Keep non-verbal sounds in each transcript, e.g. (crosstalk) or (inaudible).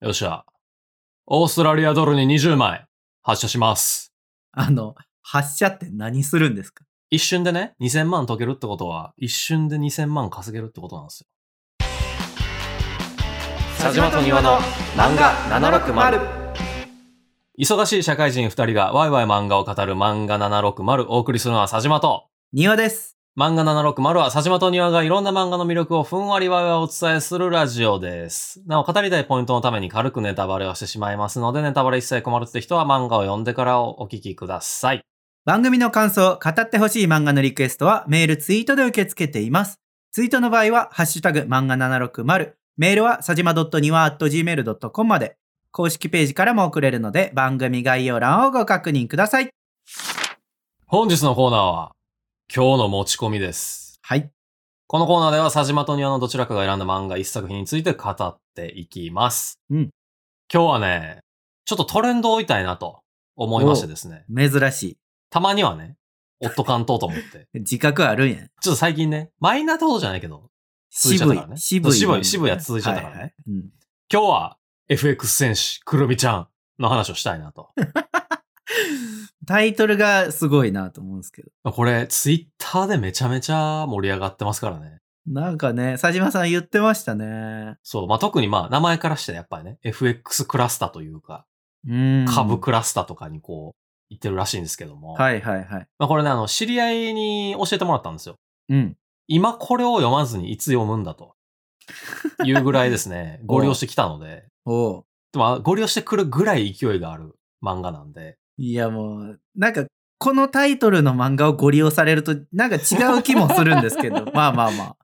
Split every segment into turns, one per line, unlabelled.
よっしゃ。オーストラリアドルに20枚発射します。
あの、発射って何するんですか
一瞬でね、2000万解けるってことは、一瞬で2000万稼げるってことなんですよ。
佐島と庭の漫画760
忙しい社会人2人がワイワイ漫画を語る漫画760お送りするのは佐島と。
庭です。
漫画760は佐島と庭がいろんな漫画の魅力をふんわりわいわいお伝えするラジオです。なお、語りたいポイントのために軽くネタバレをしてしまいますので、ネタバレ一切困るって人は漫画を読んでからお聞きください。
番組の感想、語ってほしい漫画のリクエストはメール、ツイートで受け付けています。ツイートの場合は、ハッシュタグ、漫画760。メールは、さじま .niwa.gmail.com まで。公式ページからも送れるので、番組概要欄をご確認ください。
本日のコーナーは、今日の持ち込みです。
はい。
このコーナーでは、佐島と庭のどちらかが選んだ漫画一作品について語っていきます。
うん。
今日はね、ちょっとトレンドを追いたいなと思いましてですね。
珍し
たまにはね、追っとかんとうと思って。 (laughs)
い。自覚あるんやん。
ちょっと最近ね、マイナーってことじゃないけど、続いちゃった
渋い
から。ね
渋い。
そう渋い渋いやつ続いちゃったからね
ははいうん
今日は FX 戦士、くるみちゃんの話をしたいなと。 (laughs)
タイトルがすごいなと思うんですけど。
これ、ツイッターでめちゃめちゃ盛り上がってますからね。
なんかね、佐島さん言ってましたね。
そう、まあ、特にまあ、名前からしてやっぱりね、FX クラスターというか、
うん。
株クラスターとかにこう、言ってるらしいんですけども。
はいはいはい。
まあ、これね、あの、知り合いに教えてもらったんですよ。
うん。
今これを読まずにいつ読むんだと。いうぐらいですね、ご利用してきたので、
おう
でもご利用してくるぐらい勢いがある漫画なんで、
いやもう、なんか、このタイトルの漫画をご利用されると、なんか違う気もするんですけ (laughs) ど、まあまあまあ。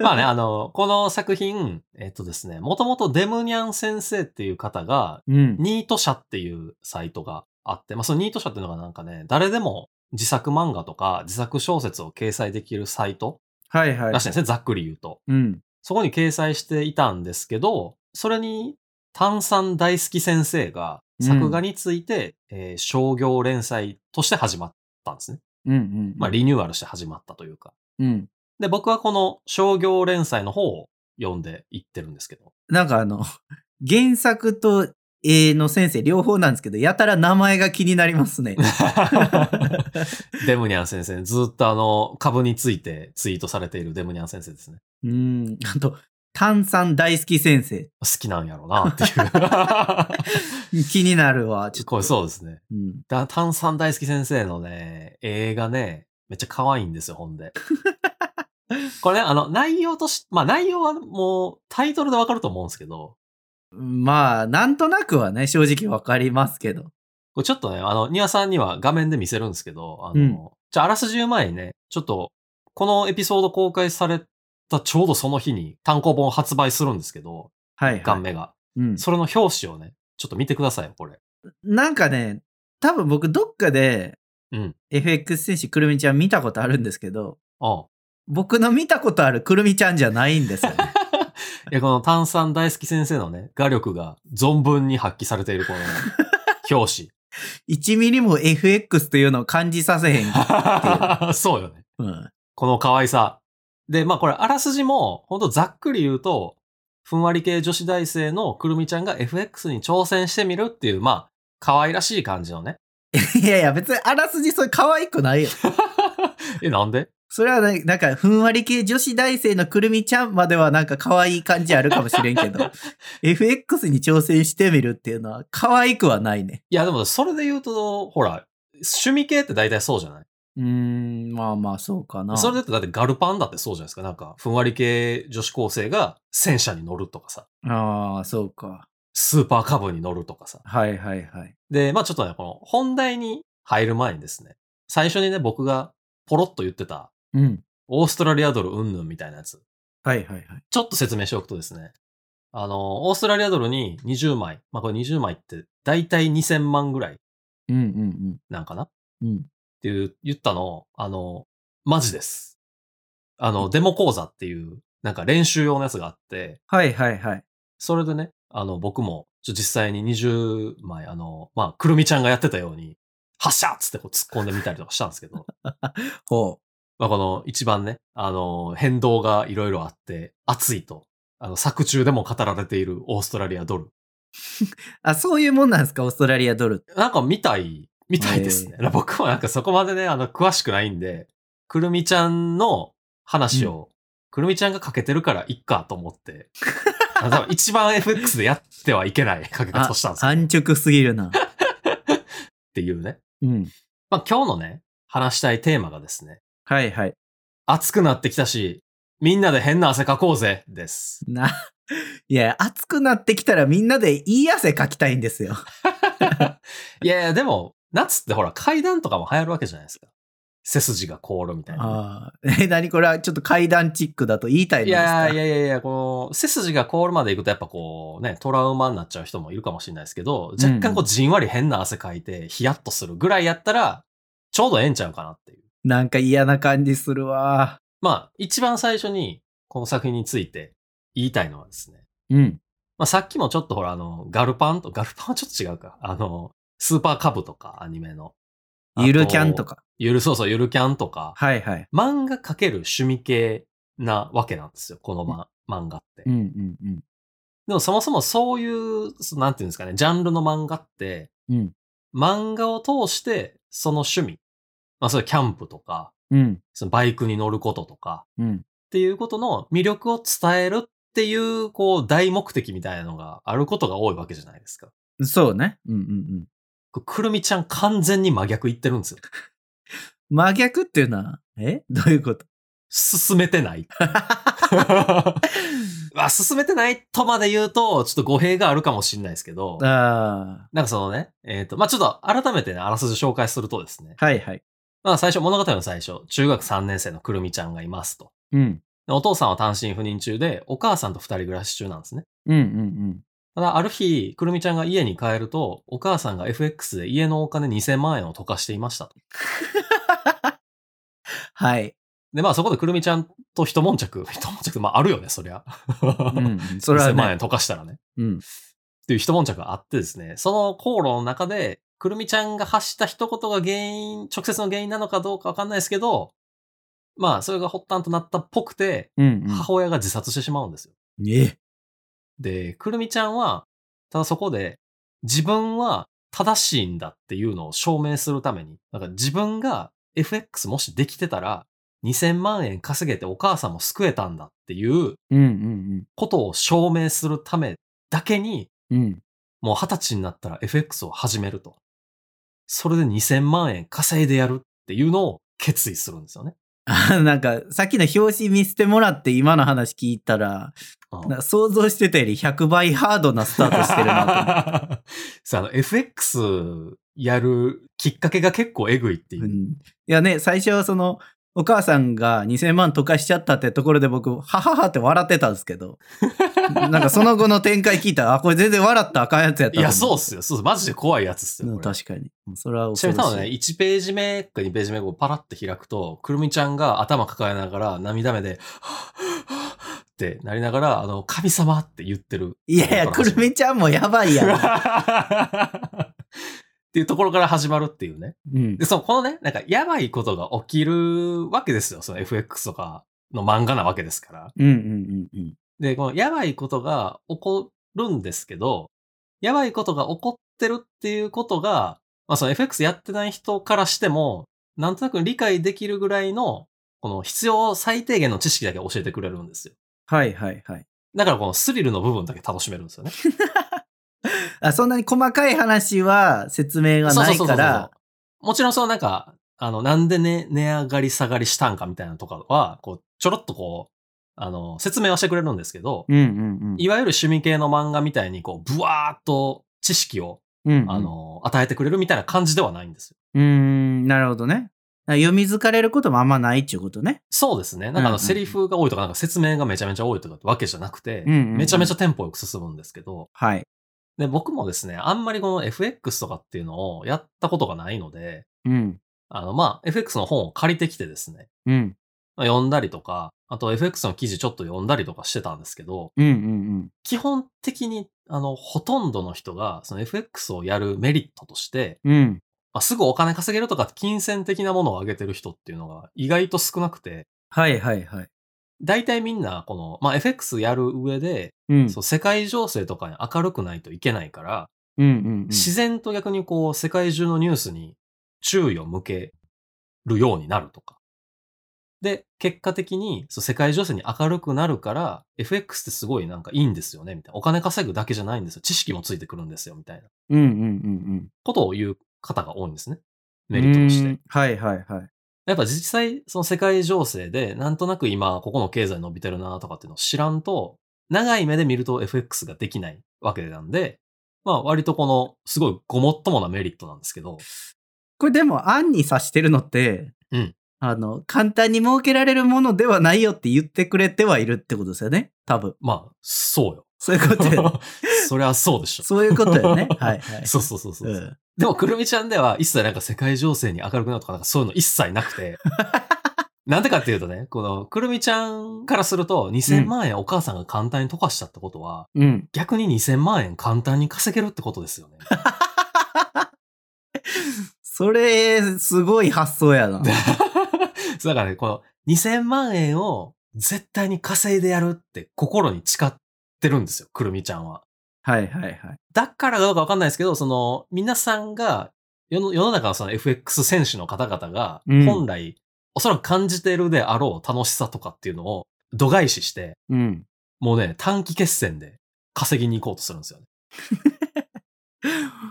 まあね、あの、この作品、えっとですね、もともとデムニャン先生っていう方が、
うん。
ニート社っていうサイトがあって、まあそのニート社っていうのがなんかね、誰でも自作漫画とか自作小説を掲載できるサイト
はいはい
らし。いんですね、ざっくり言うと。
うん。
そこに掲載していたんですけど、それに炭酸大好き先生が作画について、えー商業連載として始まったんですね。
うんうん。
まあリニューアルして始まったというか。
うん。
で、僕はこの商業連載の方を読んでいってるんですけ
(laughs)
ど。
なんかあの、原作と絵の先生両方なんですけど、やたら名前が気になります (laughs) ね。
デムニャン先生、ずっとあの、株についてツイートされているデムニャン先生ですね。
うん。あと、炭酸大好き先生。
好きなんやろうな、
(laughs)
っていう。
気になるわ、ちょっと。
これそうですね。
うん。
だ炭酸大好き先生のね、映画ね、めっちゃ可愛いんですよ、ほん
(laughs)
で。これね、あの、内容とし、まあ内容はもうタイトルでわかると思うんですけど、
まあ、なんとなくはね、正直わかりますけど。
これちょっとね、あの、ニワさんには画面で見せるんですけど、あの、
うん
じゃああらすじ言う前にね、ちょっと、このエピソード公開されたちょうどその日に単行本発売するんですけど、
はい、はい。
画面が。
うん。
それの表紙をね、ちょっと見てくださいよ、これ。
なんかね、多分僕どっかで、
うん。
FX 選手くるみちゃん見たことあるんですけど、
うん。
僕の見たことあるくるみちゃんじゃないんですよね。
いや、この炭酸大好き先生のね、画力が存分に発揮されている
(laughs)
この表紙。
1ミリも FX というのを感じさせへん。
(laughs) そうよね。
うん。
この可愛さ。で、まあこれ、あらすじも、ほんとざっくり言うと、ふんわり系女子大生のくるみちゃんが FX に挑戦してみるっていう、まあ、可愛らしい感じのね。
いやいや、別にあらすじそれ可愛くないよ。
え、なんで
それはね、なんか、ふんわり系女子大生のくるみちゃんまではなんか可愛い感じあるかもしれんけど、FX に挑戦してみるっていうのは可愛くはないね。
いや、でもそれで言うと、ほら、趣味系って大体そうじゃないう
ーん、まあまあそうかな。
それで言うと、だってガルパンだってそうじゃないですか。なんか、ふんわり系女子高生が戦車に乗るとかさ、
ああ、そうか。
スーパーカブに乗るとかさ。
はいはいはい。
で、まあちょっとね、この本題に入る前にですね、最初にね、僕がポロッと言ってた、
うん。
オーストラリアドルうんぬんみたいなやつ、
はいはいはい。
ちょっと説明しておくとですね、あの、オーストラリアドルに20枚、まあこれ20枚って大体2000万ぐらい
うんうん
なんかなっ
うん。うん。
ていう、言ったの、あの、マジです。あの、デモ講座っていう、なんか練習用のやつがあって、
はいはいはい。
それでね、あの、僕も、ちょ実際に20枚、あの、まあ、くるみちゃんがやってたように、発射っつってこう突っ込んでみたりとかしたんですけど、
ほ
まあ、この一番ね、あの、変動がいろいろあって、熱いと、あの、作中でも語られているオーストラリアドル。
あ、そういうもんなんですか、オーストラリアドル。
なんか見たい、みたいですね。僕もなんかそこまでね、あの、詳しくないんで、くるみちゃんの話を、くるみちゃんがかけてるからいっかと思 (laughs) って、あの多分一番 FX でやってはいけないかけ方をしたんですよっ
安直すぎるな。
ていうね。
(laughs) うん。
まあ今日のね、話したいテーマがですね、
はいはい。
暑くなってきたし、みんなで変な汗かこうぜ、です。
な、いや、暑くなってきたらみんなでいい汗かきたいんです (laughs) よ。
いやいや、でも、夏ってほら、階段とかも流行るわけじゃないですか。背筋が凍るみたいな。
ああ。え、何これはちょっと階段チックだと言いたいの
い
ですか
やいやいやいや、この、背筋が凍るまで行くとやっぱこうね、トラウマになっちゃう人もいるかもしれないですけど、若干こうじんわり変な汗かいて、ヒヤッとするぐらいやったら、ちょうどええんちゃうかなっていう。
なんか嫌な感じするわ。
まあ、一番最初に、この作品について言いたいのはですね、
うん。
まあさっきもちょっとほら、あの、ガルパンと、ガルパンはちょっと違うか。あの、スーパーカブとか、アニメの。あ
ゆるキャンと。か。
ゆる、そうそう、ゆるキャンとか。
はいはい。
漫画かける趣味系なわけなんですよ、この、ま漫画って。
うんうんうん。
でもそもそもそういう、そなんていうんですかね、ジャンルの漫画って、
うん
漫画を通して、その趣味。まあ、それキャンプとか、
うん
そのバイクに乗ることとか、
うん。
っていうことの魅力を伝えるっていう、こう、大目的みたいなのがあることが多いわけじゃないですか。
そうね。うんうんうん。
これくるみちゃん完全に真逆言ってるんですよ。
真逆っていうのは、えどういうこと
進めてない
(laughs)
まあ、進めてないとまで言うと、ちょっと語弊があるかもしれないですけど、
あ
なんかそのね、えっ、と、まあ、ちょっと改めてね、あらすじ紹介するとですね、
あ。はいはい。
まあ、最初、物語の最初、中学3年生のくるみちゃんがいますと。
うん。
でお父さんは単身赴任中で、お母さんと二人暮らし中なんですね。
うんうん
ただ、ある日、くるみちゃんが家に帰ると、お母さんが FX で家のお金2000万円を溶かしていましたと。
うん。はい。
で、まあそこでくるみちゃんと一悶着、 (laughs) 一悶着、まああるよね、そりゃ。
うんうん、それは
2000万円
ね。
溶かしたらね。
うん。
っていう一悶着があってですね、その口論の中で、くるみちゃんが発した一言が原因、直接の原因なのかどうかわかんないですけど、まあ、それが発端となったっぽくて、
うん、
母親が自殺してしまうんですよ。
うん。え
で、くるみちゃんは、ただそこで、自分は正しいんだっていうのを証明するために、なんか自分が FX もしできてたら、2000万円稼げてお母さんも救えたんだっていう
うんうん
ことを証明するためだけに、
うん。うん。
もう二十歳になったら FX を始めると。それで2000万円稼いでやるっていうのを決意するんですよね。
あ (laughs) なんか、さっきの表紙見せてもらって今の話聞いたら、
うん
な想像してたより100倍ハードなスタートしてるなと思って。 (laughs)
さあ、あの、FX やるきっかけが結構えぐいっていうう。
ん、いやね最初はそのお母さんが2000万溶かしちゃったってところで僕はははって笑ってたんですけ (laughs) どなんかその後の展開聞いたらあこれ全然笑ったらあかんやつやった
いや、そうっす
よ、
よ。そうっすマジで怖いやつっすよ。
うん
これ
確かにそれは
ちな
恐
みに多
ろしい
分ね、1ページ目か2ページ目をパラッと開くと、くるみちゃんが頭抱えながら涙目で、はぁはぁはぁってなりながら、あの、神様って言ってる。
いやいやくるみちゃんもやば
(laughs)
いや
っていうところから始まるっていうね。
ん、うん
で、その、このね、なんか、やばいことが起きるわけですよ。その FX とかの漫画なわけですから。
うんうんうんうん
で、この、やばいことが起こるんですけど、やばいことが起こってるっていうことが、まあ、その FX やってない人からしても、なんとなく理解できるぐらいの、この必要最低限の知識だけ教えてくれるんですよ。
はいはいはい
だからこのスリルの部分だけ楽しめるんですよね。
あそんなに細かい話は説明が
そう
な
そう
い
そう
か
そうそう
ら。
もちろんそのなんか、あの、なんでね、値上がり下がりしたんかみたいなのとかは、こう、ちょろっとこう、あの、説明はしてくれるんですけど、
うんうん
いわゆる趣味系の漫画みたいに、こう、ブワーっと知識を、
うんうん
あの、与えてくれるみたいな感じではないんですよ。
うーんなるほどね読み疲れることもあんまないっていうことね、
そうですね。なんかあ
うんうんう
の、
ん
セリフが多いとか、なんか説明がめちゃめちゃ多いとかってわけじゃなくて、
うんうんうん
めちゃめちゃテンポよく進むんですけど、
はい
で、僕もですね、あんまりこの FX とかっていうのをやったことがないので、
うん
あの、まあ、FX の本を借りてきてですね、
うん
まあ読んだりとか、あと FX の記事ちょっと読んだりとかしてたんですけど、
うんうん
基本的に、あの、ほとんどの人が、その FX をやるメリットとして、
うんうん
まあ、すぐお金稼げるとか、金銭的なものを上げてる人っていうのが意外と少なくて、
はいはいはい。
大体みんな、この、まあ、FX やる上で、
うん
そう、世界情勢とかに明るくないといけないから、
うんうんうん
自然と逆にこう、世界中のニュースに注意を向けるようになるとか。で、結果的に、そう、世界情勢に明るくなるから、FX ってすごいなんかいいんですよね、みたいな。お金稼ぐだけじゃないんですよ。知識もついてくるんですよ、みたいな
うんうんうん
ことを言う方が多いんですね。
うん。
メリットとして
う。ん。はいはいはい。
やっぱ実際、その世界情勢で、なんとなく今、ここの経済伸びてるなとかっていうのを知らんと、長い目で見ると FX ができないわけなんで、まあ割とこの、すごいごもっともなメリットなんですけど、
これでも、案に指してるのって、
うん
あの、簡単に儲けられるものではないよって言ってくれてはいるってことですよね。多分。
まあ、そうよ。
そういうことよね。
(laughs) そりゃそうでしょ。
そういうことよね。はいは
(laughs)
い。
そうそうそうそう。
うん
でも、くるみちゃんでは一切なんか世界情勢に明るくなるとか、なんかそういうの一切なく
(laughs)
て。なんでかっていうとね、この、くるみちゃんからすると、2000万円お母さんが簡単に溶かしたってことは、
うん。
逆に2000万円簡単に稼げるってことです
(laughs)
よね。
それ、すごい発想やな。
そうだからね、この2000万円を絶対に稼いでやるって心に誓ってるんですよ、くるみちゃんは。
はいはいはい。
だからかどうかわかんないですけど、その、皆さんが、世の世の中のその FX 選手の方々が、
うん
本来、おそらく感じてるであろう楽しさとかっていうのを度外視して、
うん。
もうね、短期決戦で稼ぎに行こうとするん
(laughs)
ですよね。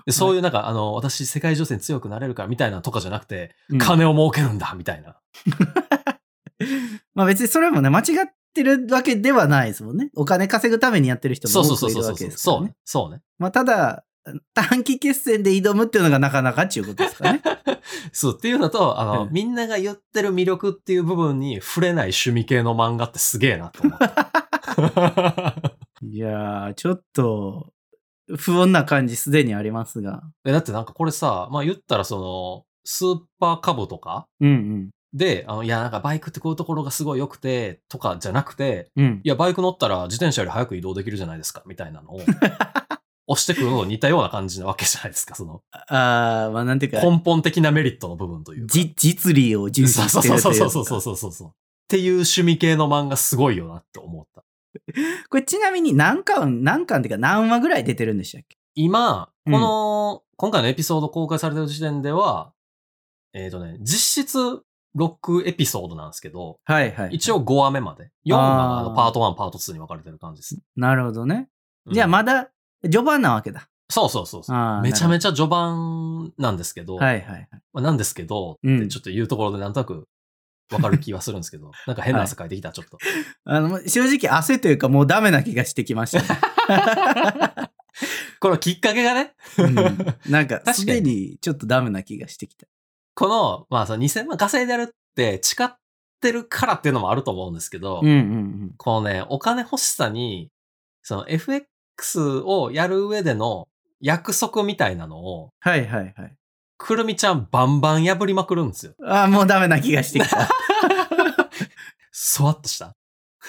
でそういうなんか、あの、私世界情勢に強くなれるからみたいなとかじゃなくて、
うん
金を儲けるんだみたいな。
まあ別にそれもね、間違ってるわけではないですもんね。お金稼ぐためにやってる人も
そうそう
多
そうそうそ
くいるわ
う。
けですか
そ
ら
う
ね
ね。。そうね。
まあただ、短期決戦で挑むっていうのがなかなかっていうことですかね。
そうっていうのと、あの、
うん
みんなが言ってる魅力っていう部分に触れない趣味系の漫画ってすげえなと思った。
(laughs) いやー、ちょっと、不穏な感じすでにありますが。
え、だってなんかこれさ、まあ言ったらその、スーパーカブとか
うん
で、あの、いやなんかバイクってこういうところがすごい良くて、とかじゃなくて、
うん。うん。
いやバイク乗ったら自転車より早く移動できるじゃないですか、みたいなの
(laughs)
を、押してくるのと似たような感じなわけじゃないですか、その、
あー、まあなんていうか、
根本的なメリットの部分というか。
じ実利を重視
そうそ
し
う
てるというか
そうそうそうそうそうそうそう。っていう趣味系の漫画すごいよなって思った。
これちなみに何巻、何巻っていうか何話ぐらい出てるんでしたっけ
今、
うん
この、今回のエピソード公開されてる時点では、えっ、とね、実質6エピソードなんですけど、
はいはい。
一応5話目まで。4話があ
あ
の
ー
パート1、パート2に分かれてる感じです。
なるほどね。
うん
じゃあまだ序盤なわけだ。
そうそうそうそう。
あー
めちゃめちゃ序盤なんですけど、
はいはいはい。
まあなんですけど、
うん
ってちょっと言うところでなんとなく分かる気はするんですけ
(laughs)
ど、なんか変な汗かいてきた、ちょっと。
あの、正直汗というかもうダメな気がしてきましたね、
このきっかけがね、
うんなんか
か、に
すでにちょっとダメな気がしてきた。
この、まあその2000万稼いでやるって誓ってるからっていうのもあると思うんですけど、
んうん
このね、お金欲しさに、その FX をやる上での約束みたいなのを、
はいはいはい。
くるみちゃんバンバン破りまくるんですよ。
あーもうダメな気がしてきた。
そわっとした。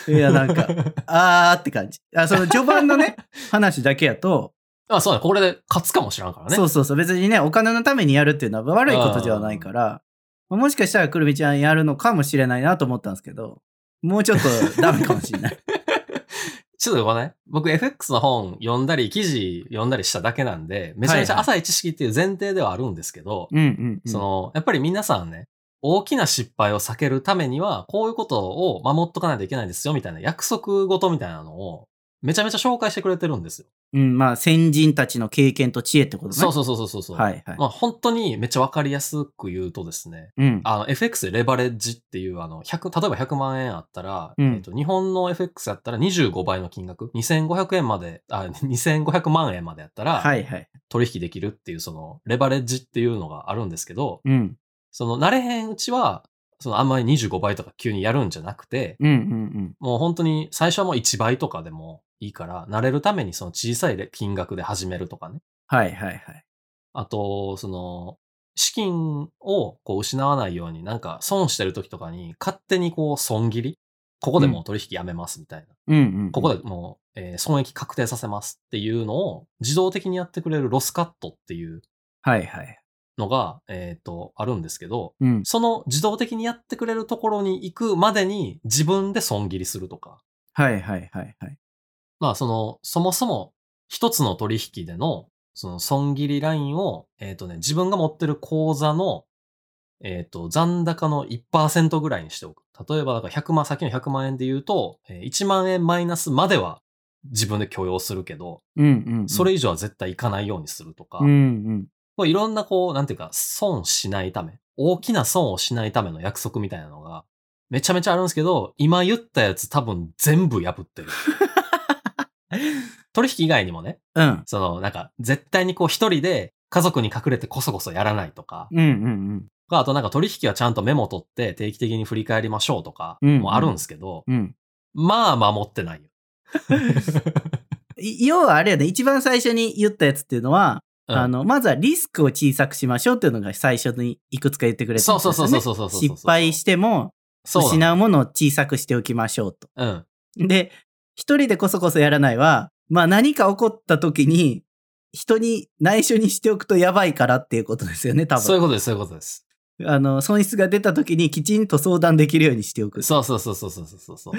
いや、な
(laughs)
んか、あーって感じ。あ、その序盤のね、話だけやと、
あ、そうだ、これで勝つかもしらんからね。
そうそうそう、別にね、お金のためにやるっていうのは悪いことではないから、もしかしたらくるみちゃんやるのかもしれないなと思ったんですけど、もうちょっとダメかもし
(laughs)
れない。
ちょっとごめんね。僕 FX の本読んだり、記事読んだりしただけなんで、めちゃめちゃ浅い知識っていう前提ではあるんですけど、
うんうん、
その、やっぱり皆さんね、大きな失敗を避けるためには、こういうことを守っとかないといけないんですよ、みたいな約束事みたいなのを、めちゃめちゃ紹介してくれてるんですよ。
うん、まあ先人たちの経験と知恵ってことね。
そうそうそうそうそう。
はいはい。
まあ本当にめっちゃわかりやすく言うとですね、
うん。
あの FX でレバレッジっていう、あの、100、例えば100万円あったら、
うん
えっと、日本の FX だったら25倍の金額、2500円まで、あ、2500万円までやったら、
はいはい。
取引できるっていう、その、レバレッジっていうのがあるんですけど、
うん。
その慣れへんうちは、そのあんまり25倍とか急にやるんじゃなくて、
うんうん
もう本当に最初はもう1倍とかでもいいから、慣れるためにその小さい金額で始めるとかね。
はいはいはい。
あと、その、資金をこう失わないように、なんか損してる時とかに勝手にこう損切り、ここでもう取引やめますみたいな。
うんうん。
ここでもう、えー損益確定させますっていうのを自動的にやってくれるロスカットっていう
はいはい。
のが、えっ、と、あるんですけど、
うん。
その自動的にやってくれるところに行くまでに自分で損切りするとか、
はいはいはいはい。
まあその、そもそも一つの取引での、その損切りラインを、えっ、とね、自分が持ってる口座の、えっ、と、残高の1%ぐらいにしておく。例えば、だから100万、先の100万円で言うと、えー1万円マイナスまでは自分で許容するけど、
うんうん、うん。
それ以上は絶対行かないようにするとか、
うんうん。
こういろんなこう、なんていうか、損しないため、大きな損をしないための約束みたいなのが、めちゃめちゃあるんですけど、今言ったやつ多分全部破
(laughs)
ってる。取引以外にもね、
うん。
その、なんか、絶対にこう一人で家族に隠れてこそこそやらないとか、
うんうん
あとなんか取引はちゃんとメモ取って定期的に振り返りましょうとか、
うん
もあるんですけど、
うん。うん。
まあ守ってないよ。
い要はあれやね、一番最初に言ったやつっていうのは、
うん
あの、まずはリスクを小さくしましょうっていうのが最初にいくつか言ってくれて
そうそうそうそうそうそうそうそう
失敗しても、
そうなの
失うものを小さくしておきましょうと。
うん。
で、一人でこそこそやらないは、まあ何か起こった時に、人に内緒にしておくとやばいからっていうことですよね、多
そういう
分。
ことです、そういうことです。
あの、損失が出た時にきちんと相談できるようにしておく。
そうそうそうそうそうそうそう。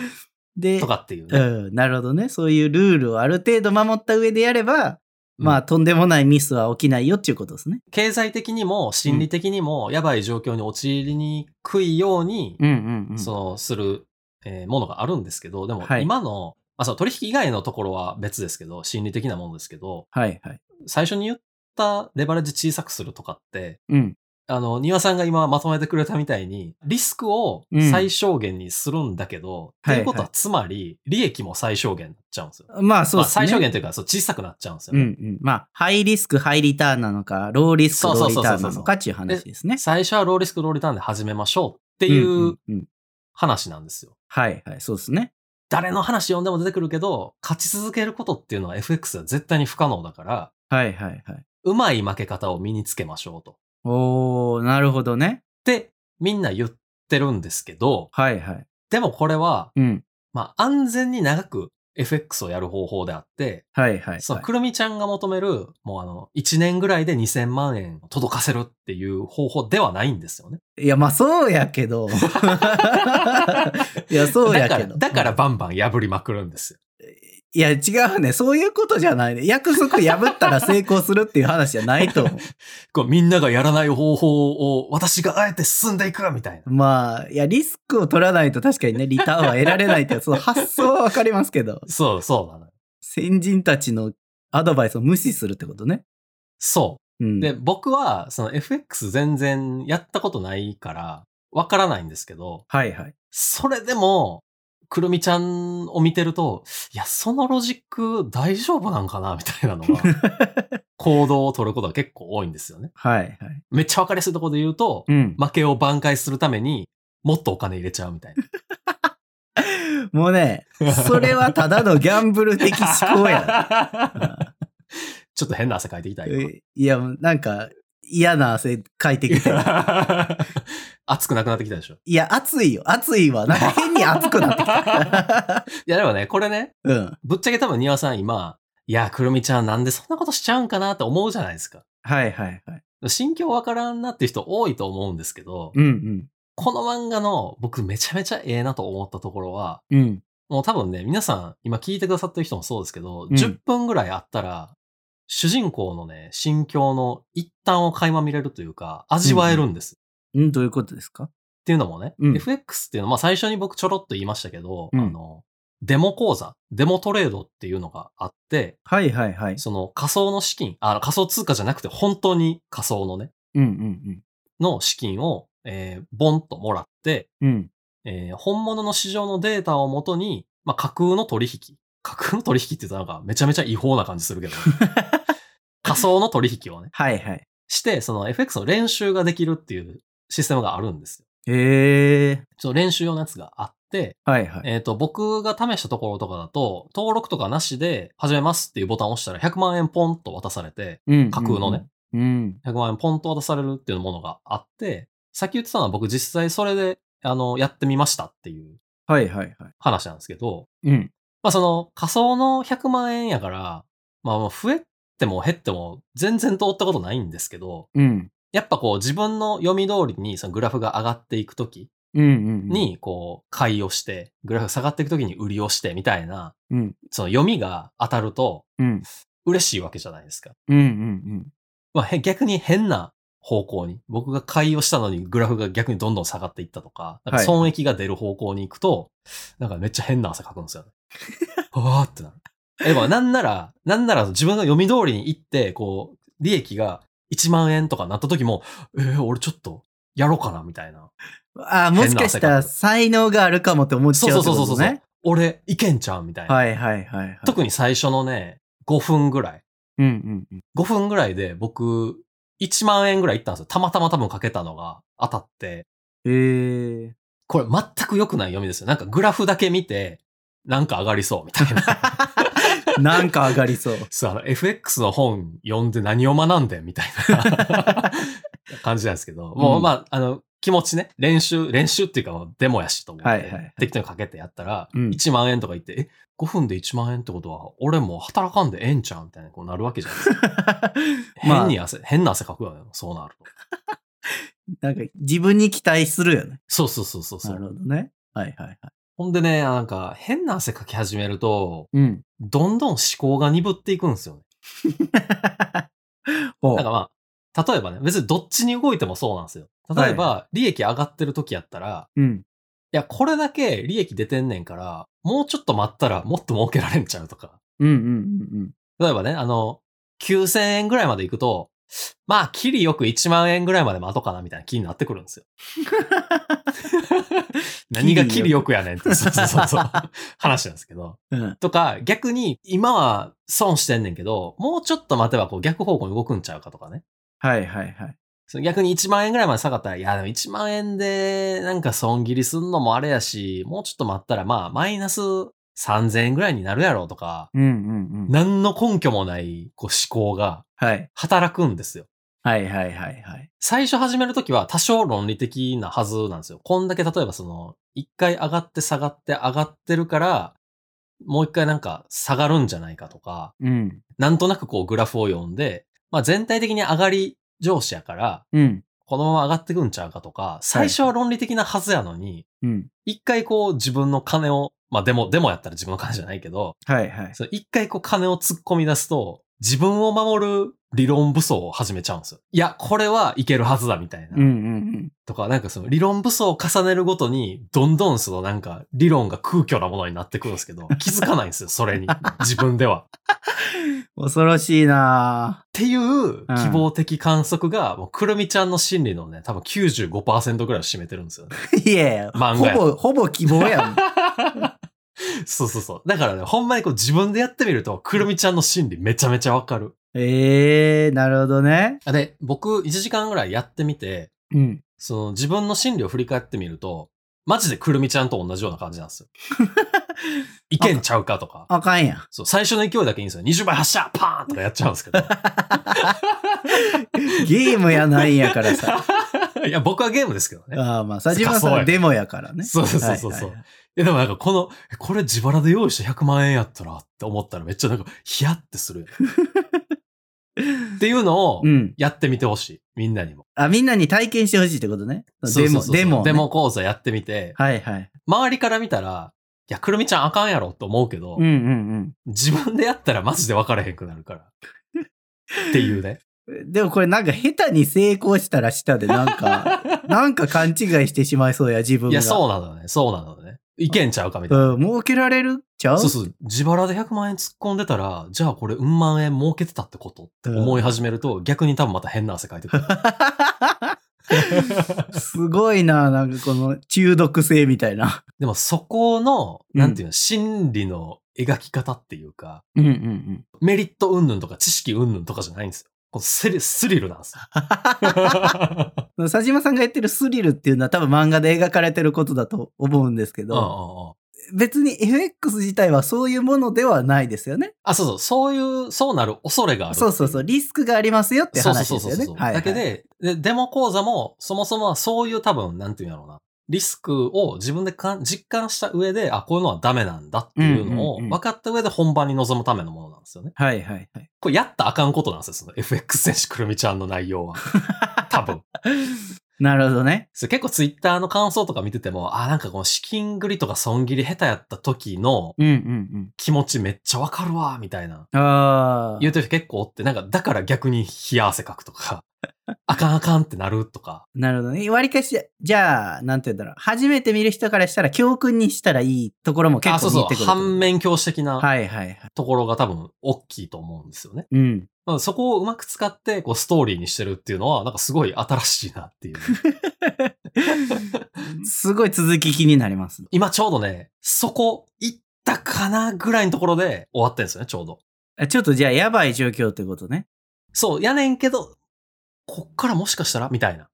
で
と、かっていうね。
うん、なるほどね。そういうルールをある程度守った上でやれば、
うん
まあとんでもないミスは起きないよっていうことですね。
経済的にも心理的にもやばい状況に陥りにくいように、
んう
その、する、えーものがあるんですけど、でも
はい
今の、あ、そう、取引以外のところは別ですけど、心理的なものですけど、
はいはい。
最初に言ったレバレッジ小さくするとかって、
うん。
あの、庭さんが今まとめてくれたみたいに、リスクを最小限にするんだけど、
うん
っていうこと
はいは
はつまり、利益も最小限になっちゃうんですよ。
まあそう
まあ、
です
最
ね。
小限というか、そう、小さくなっちゃうんですよ
う
ね。
んうん。まあ、ハイリスク、ハイリターンなのか、ローリスク、
そう
ロ
そ
ー
う
リ
そうそう
ターンなのかっていう話ですね。
最初はローリスク、ローリターンで始めましょうって
って
い
ん
うん
うん
話なんですよ。
はいはい、そうですね。
誰の話読んでも出てくるけど、勝ち続けることっていうのは FX は絶対に不可能だから、
はいはいはい。
うまい負け方を身につけましょうと。っ
おー、なるほどね。
て、みんな言ってるんですけど、
はいはい。
でもこれは、
うん。
まあ、安全に長く FX をやる方法であって、
はいはい、はい。
そのくるみちゃんが求める、もうあの、1年ぐらいで2000万円届かせるっていう方法ではないんですよね。
いや、まあそうや
(laughs)
けど。いや、そうや
だか
け
ら、
ど。
だから
うん
バンバン破りまくるんですよ。
いや、違うね。そういうことじゃないね。約束破ったら成功するっていう話じゃないと思
こうみんながやらない方法を私があえて進んでいくみたいな
う。。まあ、いや、リスクを取らないと確かにね、リターンは得られないっていう、その発想はわかりますけど、
そう、そうなのよ。
先人たちのアドバイスを無視するってことね。
そうう。
ん。
で、僕は、その FX 全然やったことないから、わからないんですけど、
はいはい。
それでも、くるみちゃんを見てると、いや、そのロジック大丈夫なんかなみたいなの
(laughs)
が、行動を取ることが結構多いんですよね。
はいはい。
めっちゃわかりやすいところで言うと、
うん。
負けを挽回するために、もっとお金入れちゃうみたいな。
もうね、それはただのギャンブル的思
(laughs)
考や。
ちょっと変な汗かいてきた今
えいや、もうなんか嫌な汗かいてきて。
(laughs) 熱くなくなってきたでしょ。
いや、熱いよ。熱いわ。なんか変に熱く
(laughs)
なってきた。
いやでもね、これね、
うん。
ぶっちゃけ多分庭さん今、いや、くるみちゃんなんでそんなことしちゃうんかなって思うじゃないですか。
はいはいはい。
心境わからんなっていう人多いと思うんですけど、
うん
この漫画の僕めちゃめちゃええなと思ったところは、
うん。うん。
もう多分ね、皆さん今聞いてくださってる人もそうですけど、
ん
10分ぐらいあったら、主人公のね、心境の一端を垣間見れるというか、味わえるんです。
うん、どういうことですか
っていうのもね、
うん
FX っていうのは、まあ最初に僕ちょろっと言いましたけど、
うん
あの、デモ講座、デモトレードっていうのがあって、
はいはいはい。
その仮想の資金、あの仮想通貨じゃなくて本当に仮想のね、
うんうん
の資金を、えーボンともらって、
うん。うん。
えー本物の市場のデータをもとに、まあ架空の取引。架空の取引って言ったらなんかめちゃめちゃ違法な感じするけど、
(laughs)
仮想の取引をね、
はいはい。
して、その FX の練習ができるっていうシステムがあるんですよ。
へえ。
その練習用のやつがあって、
はいはい。
えっ、と、僕が試したところとかだと、登録とかなしで始めますっていうボタンを押したら100万円ポンと渡されて、
うん
架空のね。
うん。
100万円ポンと渡されるっていうものがあって、さっき言ってたのは僕実際それで、あの、やってみましたっていう
はいはいは
話なんですけど、
い。うん。
まあその仮想の100万円やから、まあもう増えても減っても全然通ったことないんですけど、
うん。
やっぱこう自分の読み通りにそのグラフが上がっていくとき
うんうんうん、
にこう買いをして、グラフが下がっていくときに売りをしてみたいな、
うん
その読みが当たると
うん
嬉しいわけじゃないですか。
うんうん
まあへ逆に変な方向に、僕が買いをしたのにグラフが逆にどんどん下がっていったとか、なんか
はい
損益が出る方向に行くと、なんかめっちゃ変な汗かくんですよね。 (laughs) わーってなる。え、まあなんなら、なんなら自分が読み通りに行って、こう、利益が1万円とかなった時も、えー俺ちょっとやろうかな、みたいな。
うん。ああ、もしかしたら才能があるかもって思っち
そう
ゃ
そうう
っ
そ
て
う
こと
そう
ね。
そうそう、俺いけんちゃうみたいな、
はいはいはい、はい。
特に最初のね、5分ぐらい。
うんうんうん。
5分ぐらいで僕、1万円ぐらいいったんですよ。たまたま多分かけたのが当たって、
ええ
これ全く良くない読みですよ。なんかグラフだけ見て、なんか上がりそうみたい
(laughs)
な。
ー。なんか上がり (laughs) そう。
そう、あの FX の本読んで何を学んでんみたい
(laughs)
な感じなんですけど、も
う
うんまあ、あの、気持ちね、練習、練習っていうかもうデモやしと思って、
はいはいはい
適当にかけてやったら、
うん
1万円とか言って、え、5分で1万円ってことは、俺もう働かんでええんちゃうみたいな、こうなるわけじゃないですか。
(laughs) まあ
変に汗、変な汗かくよね、そうなると。
なんか自分に期待するよね。
そうそうそうそうそ
なる
う。
ほどね。はいはいはい。
ほんでね、なんか、変な汗かき始めると、
うん。
どんどん思考が鈍っていくんですよね。
ほう
なんかまあ、例えばね、別にどっちに動いてもそうなんですよ。例えば、利益上がってる時やったら、
うん。
いや、これだけ利益出てんねんから、もうちょっと待ったらもっと儲けられんちゃうとか。
うんうんうんうん。
例えばね、あの、9000円ぐらいまで行くと、まあ、キリよく1万円ぐらいまで待とうかなみたいな気になってくるん (laughs) ですよ。何がキリよくやねんって、そうそうそうそう、話なんですけど。
うん。
とか、逆に、今は損してんねんけど、もうちょっと待てばこう逆方向に動くんちゃうかとかね。
はいはいはい。
その逆に1万円ぐらいまで下がったら、いや、でも1万円でなんか損切りすんのもあれやし、もうちょっと待ったら、まあ、マイナス3000円ぐらいになるやろうとか、
うんうんうん。
何の根拠もないこう思考が
はい。
働くんですよ。
はいはいはいはい。
最初始めるときは多少論理的なはずなんですよ。こんだけ例えばその、一回上がって下がって上がってるから、もう一回なんか下がるんじゃないかとか、
うん。
なんとなくこうグラフを読んで、まあ全体的に上がり上司やから、
うん。
このまま上がってくんちゃうかとか、最初は論理的なはずやのに、
うん。
一回こう自分の金を、まあでも、でもやったら自分の金じゃないけど、
はいはい。
その一回こう金を突っ込み出すと、自分を守る理論武装を始めちゃうんですよ。いや、これはいけるはずだみたいな。
うんうん
とか、なんかその理論武装を重ねるごとに、どんどんそのなんか理論が空虚なものになってくるんですけど、
(laughs)
気づかないんですよ、それに。自分では。っ
うん。恐ろしいな
ていう希望的観測が、もうくるみちゃんの心理のね、多分95%ぐらいを占めてるんですよね。
ぁ (laughs) いやいや、
漫
ほ
画や
ぼ、ほぼ希望や (laughs) ん。
そうそうそう。だからね、ほんまにこう自分でやってみると、くるみちゃんの心理めちゃめちゃわかる。
ええー、なるほどね。
あで、僕1時間ぐらいやってみて、
うん。
その自分の心理を振り返ってみると、マジでくるみちゃんと同じような感じなん (laughs) ですよ。いけんちゃうかとか。
あかんやん。
そう、最初の勢いだけいいんですよ。20倍発射パーンとかやっちゃうんですけど。
ゲームやないんやから (laughs) さ。
(laughs) いや、僕はゲームですけどね。
ああまあ、佐島さんはデモやからね。
そうそうそうそう。
はいいはいはい
や、でもなんかこの、えこれ自腹で用意した100万円やったらって思ったらめっちゃなんか、ヒヤって (laughs) する。っていうのを、
うん。
やってみてほしい。みんなにも。
あ、みんなに体験してほしいってことね。デモ、
そうそうそうそう
デモ、ね。
デモ講座やってみて、
はいはい。
周りから見たら、いや、くるみちゃんあかんやろと思うけど、
うんうん
自分でやったらマジで分からへんくなるから。っていう
(laughs)
ね。
うん。でもこれなんか下手に成功したらしたでなんか、 (laughs) なんか勘違いしてしまいそうや、自分が。
いや、そうなのね。そうなのね。いけんちゃうかみたいな。
うん、儲けられるちゃう
そうそう。自腹で100万円突っ込んでたら、じゃあこれ、うん万円儲けてたってことって思い始めると、逆に多分また変な汗かいて
(laughs)
くる。
すごいな、なんかこの中毒性みたいな。
でもそこの、
うん
なんていうの、心理の描き方っていうか、
うんうんうん。
メリット云々とか知識云々とかじゃないんですよ。このスリスリルなんですよ。
(laughs) 佐島さんが言ってるスリルっていうのは多分漫画で描かれてることだと思うんですけ
うんうんう
ど、
ん
別に FX 自体はそういうものではないですよね。
あ、そうそう、そういう、そうなる恐れがある。
そうそうそう、リスクがありますよって
そうそう
話
そうそ
です
う
よね。
そう
はいはい
だけでで、デモ講座も、そもそもはそういう多分、なんていうんだろうな、リスクを自分でかん実感した上で、あ、こういうのはダメなんだっていうのを
うんうんうん
分かった上で本番に臨むためのものなんですよね。
はいはいはい。 (laughs)
これやったらあかんことなんですよ、その FX 選手くるみちゃんの内容は。多分。
なるほどね。
そう結構ツイッターの感想とか見てても、あ、なんかこの資金繰りとか損切り下手やった時の
うんうん
気持ちめっちゃわかるわ、みたいな。
うん。ああ
言。うてる人結構おって、なんかだから逆に冷や汗かくと
(laughs)
か、あかんあかんってなるとか。
なるほどね。割かし、じゃあ、なんて言うんだろう。初めて見る人からしたら教訓にしたらいいところも結
あ、そう
構見え
そ
て
う。
くる。
反面教師的な
はいはいはい。
ところが多分大きいと思うんですよね。
うん。
まあそこをうまく使って、こう、ストーリーにしてるっていうのは、なんかすごい新しいなって
(laughs)
いう。
すごい続き気になります。
今ちょうどね、そこ行ったかなぐらいのところで終わってるんですよね、ちょうど。
あちょっとじゃあ、やばい状況ってことね。
そう、やねんけど、こっからもしかしたらみたいな。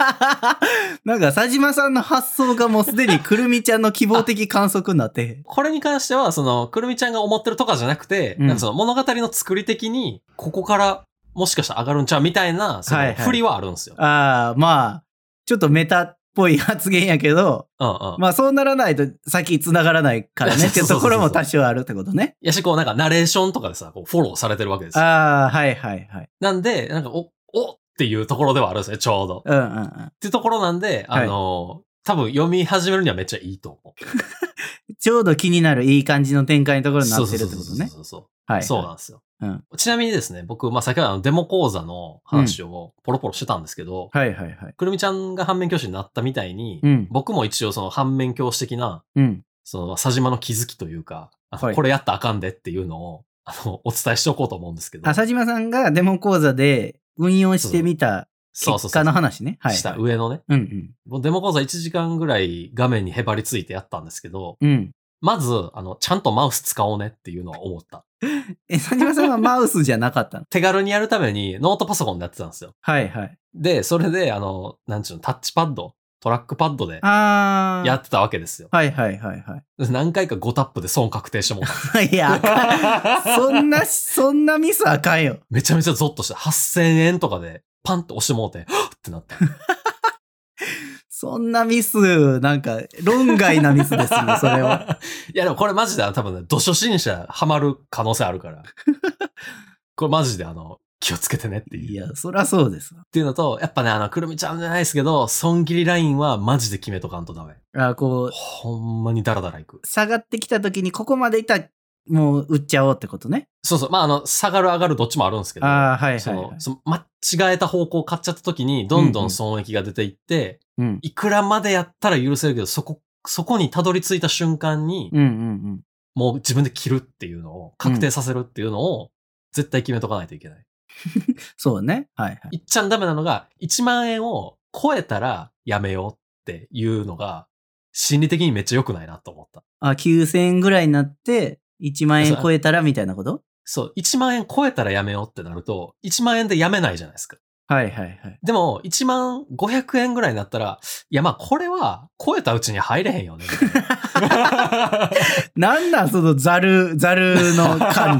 (laughs) なんか、佐島さんの発想がもうすでにくるみちゃんの希望的観測になって。
これに関しては、その、くるみちゃんが思ってるとかじゃなくて、
うん
なんかその物語の作り的に、ここからもしかしたら上がるんちゃうみたいな、そ
はいは
の、
い
振りはあるんですよ。
ああ、まあ、ちょっとメタっぽい発言やけ
(laughs)
ど、
うんうん。
まあそうならないと先繋がらない
(laughs)
からねっていうところも多少あるってことね。
やし、こうなんかナレーションとかでさ、こうフォローされてるわけですよ。
ああ、はいはいはい。
なんで、なんか、お、おっていうところではあるんですね、ちょうど。
うんうんうん。
っていうところなんで、
はい
あの、多分読み始めるにはめっちゃいいと思う。
ちょうど気になるいい感じの展開のところになってるってことね。
そうそうそうそう
はい。
そうなんですよ。
うん
ちなみにですね、僕、まあ、先ほどあのデモ講座の話をポロポロしてたんですけど、
はいはいはい。
くるみちゃんが反面教師になったみたいに、
うん
僕も一応その反面教師的な、
うん。
その佐島の気づきというか、あの
はい
これやったらあかんでっていうのを、あの、お伝えしておこうと思うんですけど、
浅島さんがデモ講座で運用してみた
そうそうそ
結果
う
の。話ね。はい。
した上のね、
うんうん。
もうデモ講座1時間ぐらい画面にへばりついてやったんですけど、
うん。
まず、あの、ちゃんとマウス使おうねっていうのは思った。
え、佐島さんはマウスじゃなかったの
手軽にやるためにノートパソコンでやってたんですよ。
(laughs) はいはい。
で、それで、あの、なんちゅうの、タッチパッド、トラックパッドで
ああ。
やってたわけですよ。
はいはいはいは
何回か5タップで損確定してもらった。
い。い (laughs) や、あかんそんな、そんなミスあかんよ。
めちゃめちゃゾッとして、8000円とかで、パンって押してもうて、はっってなった。
そんなミス、なんか、論外なミス (laughs) ですね、それは。。
(laughs) いや、でもこれマジで、多分ね、土初心者ハマる可能性ある
(laughs)
から。これマジで、あの、気をつけてねっていう。
いや、そりゃそうですわ。
っていうのと、やっぱね、あの、くるみちゃんじゃないですけど、損切りラインはマジで決めとかんとダメ。
あこう、
ほんまにダラダラいく。
下がってきた時に、ここまでいったら、もう、売っちゃおうってことね。
そうそう。まあ、あの、下がる上がるどっちもあるんですけど。
ああ、はい
そ
はい、は
の
い。
その間違えた方向を買っちゃった時にどんどん損益が出ていって、
うん。
いくらまでやったら許せるけどそこそこにたどり着いた瞬間に、
うんうん
もう自分で切るっていうのを確定させるっていうのを絶対決めとかないといけない。
うん。そうね。はいはい。
いっちゃんダメなのが1万円を超えたらやめようっていうのが心理的にめっちゃ良くないなと思った。
あ、9000円ぐらいになって、1万円超えたらみたいなこと
そう、1万円超えたらやめようってなると1万円でやめないじゃないですか。
はいはいはい。
でも、1万500円ぐらいになったら、いや、まあ、これは、超えたうちに入れへんよね。みたい
(laughs)
な
なんなんそのザル、ザルの管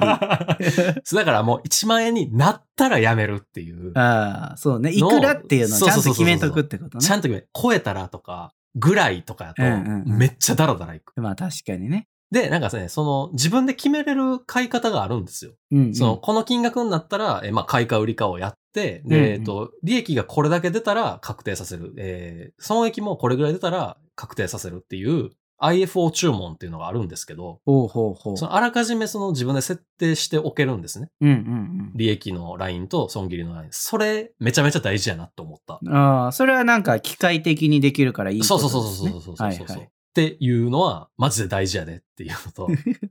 理。
そうだからもう、1万円になったらやめるっていう。
ああ、そうね。い
の
くらっていうのをち
そ
ゃんと
うそうそうそ
決
う
めとくってことね
ち。ゃんと、超えたらとか、ぐらいとか
うん
や
うん
と、
うん
めっちゃダラダラいく。
まあ確かにね。
で、なんかね、その、自分で決めれる買い方があるんですよ。
うん、うん。
その、この金額になったら、えまあ、買いか売りかをやって、
うんうん
で、えっと、利益がこれだけ出たら確定させる。えー損益もこれぐらい出たら確定させるっていう、IFO 注文っていうのがあるんですけど、
ほうほうほう。
そのあらかじめその自分で設定しておけるんですね。
うんうん
利益のラインと損切りのライン。それ、めちゃめちゃ大事やなと思った。
うん。ああ、それはなんか機械的にできるからいいこ
そう
と
そ
で
う
す、
そ
ね。
うそうそうそうそうそう、
はいはい。
っていうのは、マジで大事やでっていうの
(laughs)
と、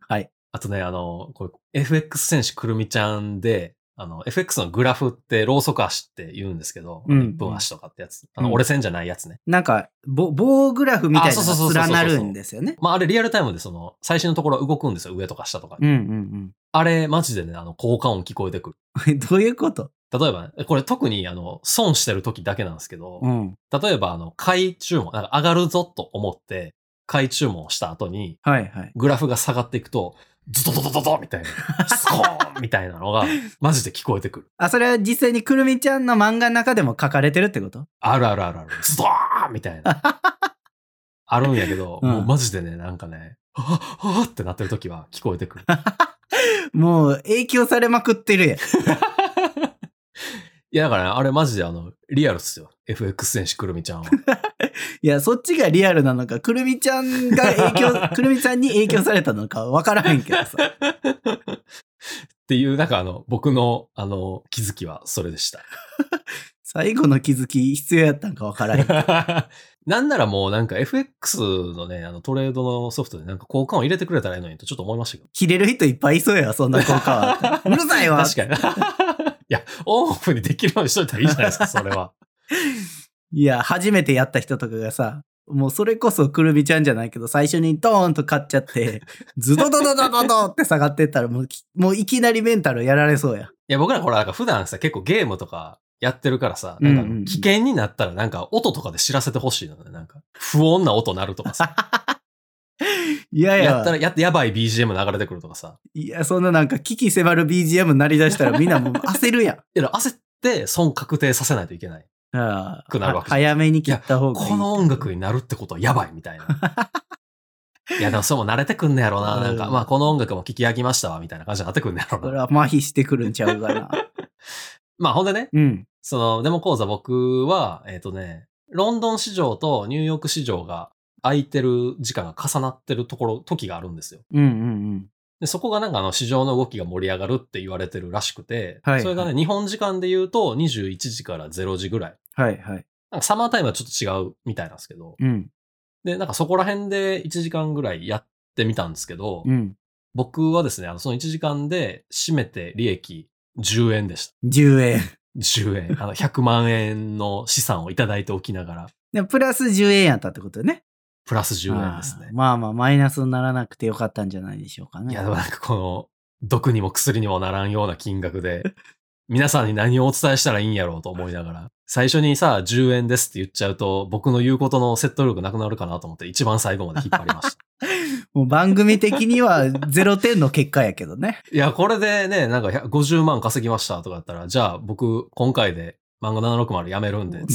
はい。
あとね、あの、これ、FX 選手くるみちゃんで、あの、FX のグラフって、ローソク足って言うんですけど、
うん
1分足とかってやつ。あ
う
の、
ん
折れ線じゃないやつね。
なんか、ぼ棒グラフみたいな
あそうそ
の
うそう
が
そう
連なるんですよね。
まあ、あれリアルタイムでその、最新のところは動くんですよ。上とか下とか。
うんうん
あれ、マジでね、あの、効果音聞こえてくる。
うん。どういうこと
例えば、これ特に、あの、損してる時だけなんですけど、
うん。
例えば、あの、買い注文、なんか上がるぞと思って、買い注文をした後に、
はいはい。
グラフが下がっていくと、ズドドドドドみたいな、スコーンみたいなのが、マジで聞こえてくる。
あ、それは実際にくるみちゃんの漫画の中でも書かれてるってこと
あるあるあるある。ズドーンみたいな。あるんやけど、
うん
もうマジでね、なんかね、はぁ、はぁってなってる時は聞こえてくる。
もう影響されまくってるやん。
いや、だからね、あれマジであの、リアルっすよ。FX 選手くるみちゃんは。
いや、そっちがリアルなのか、くるみちゃんが影
(laughs)
響、くるみちゃんに影響されたのかわからへんけどさ。
っていう、なんかあの、僕の、あの、気づきはそれでした。
最後の気づき必要やったんかわからへん。
なんならもうなんか FX のね、あのトレードのソフトでなんか交換を入れてくれたらいいのにとちょっと思いましたけど。
切れる人いっぱいいそうや、そんな効果
(laughs)
は。うるさいわ。
確かに。
(laughs)
いや、オンオフにできるようにしといたらいいじゃないですか、それは。
いや、初めてやった人とかがさ、もうそれこそくるみちゃんじゃないけど、最初にドーンと買っちゃって、ズドドドドドドって下がってったらもうき、もういきなりメンタルやられそうや。
いや、僕らほら、なんか普段さ、結構ゲームとかやってるからさ、なんかあ
うんうんう
の
ん
危険になったらなんか音とかで知らせてほしいのね。なんか、不穏な音鳴るとかさ、
い (laughs) やい
や
や
ったら、や、やばい BGM 流れてくるとかさ。
いや、そんななんか危機迫る BGM 鳴り出したらみんなもう焦るや
(laughs)
ん。
いや、焦って損確定させないといけない。
ああ
くなるわけじゃん
早めに切った方がいい。
この音楽になるってことはやばいみたいな。
(laughs)
いや、でもそうも慣れてくんねやろな。なんか、
うん
まあこの音楽も聴き飽きましたわ、みたいな感じになってくんねやろ
これ
な。
は麻痺してくるんちゃうかな。
まあほんでね、
(laughs) うん。
その、デモ講座僕は、えっ、とね、ロンドン市場とニューヨーク市場が空いてる時間が重なってるところ、時があるんですよ。
うんうんうん。
で、そこがなんかあの市場の動きが盛り上がるって言われてるらしくて、
はい
それがね、日本時間で言うと21時から0時ぐらい。
はいはい。
なんかサマータイムはちょっと違うみたいなんですけど、
うん。
で、なんかそこら辺で1時間ぐらいやってみたんですけど、
うん。
僕はですね、あのその1時間で締めて利益10円でした。
10円。
10円。あの100万円の資産をいただいておきながら、
でプラス10円やったってことね。
プラス10円です
あ
ね
ー。まあまあ、マイナスにならなくてよかったんじゃないでしょうかね。
いや、でもなんかこの、毒にも薬にもならんような金額で、 (laughs) 皆さんに何をお伝えしたらいいんやろうと思いながら、最初にさ、10円ですって言っちゃうと、僕の言うことの説得力なくなるかなと思って、一番最後まで引っ張りました。
(laughs) もう番組的には0点の結果やけどね。
いや、これでね、なんか100 50万稼ぎましたとかだったら、じゃあ僕、今回で漫画760やめるんで、つっ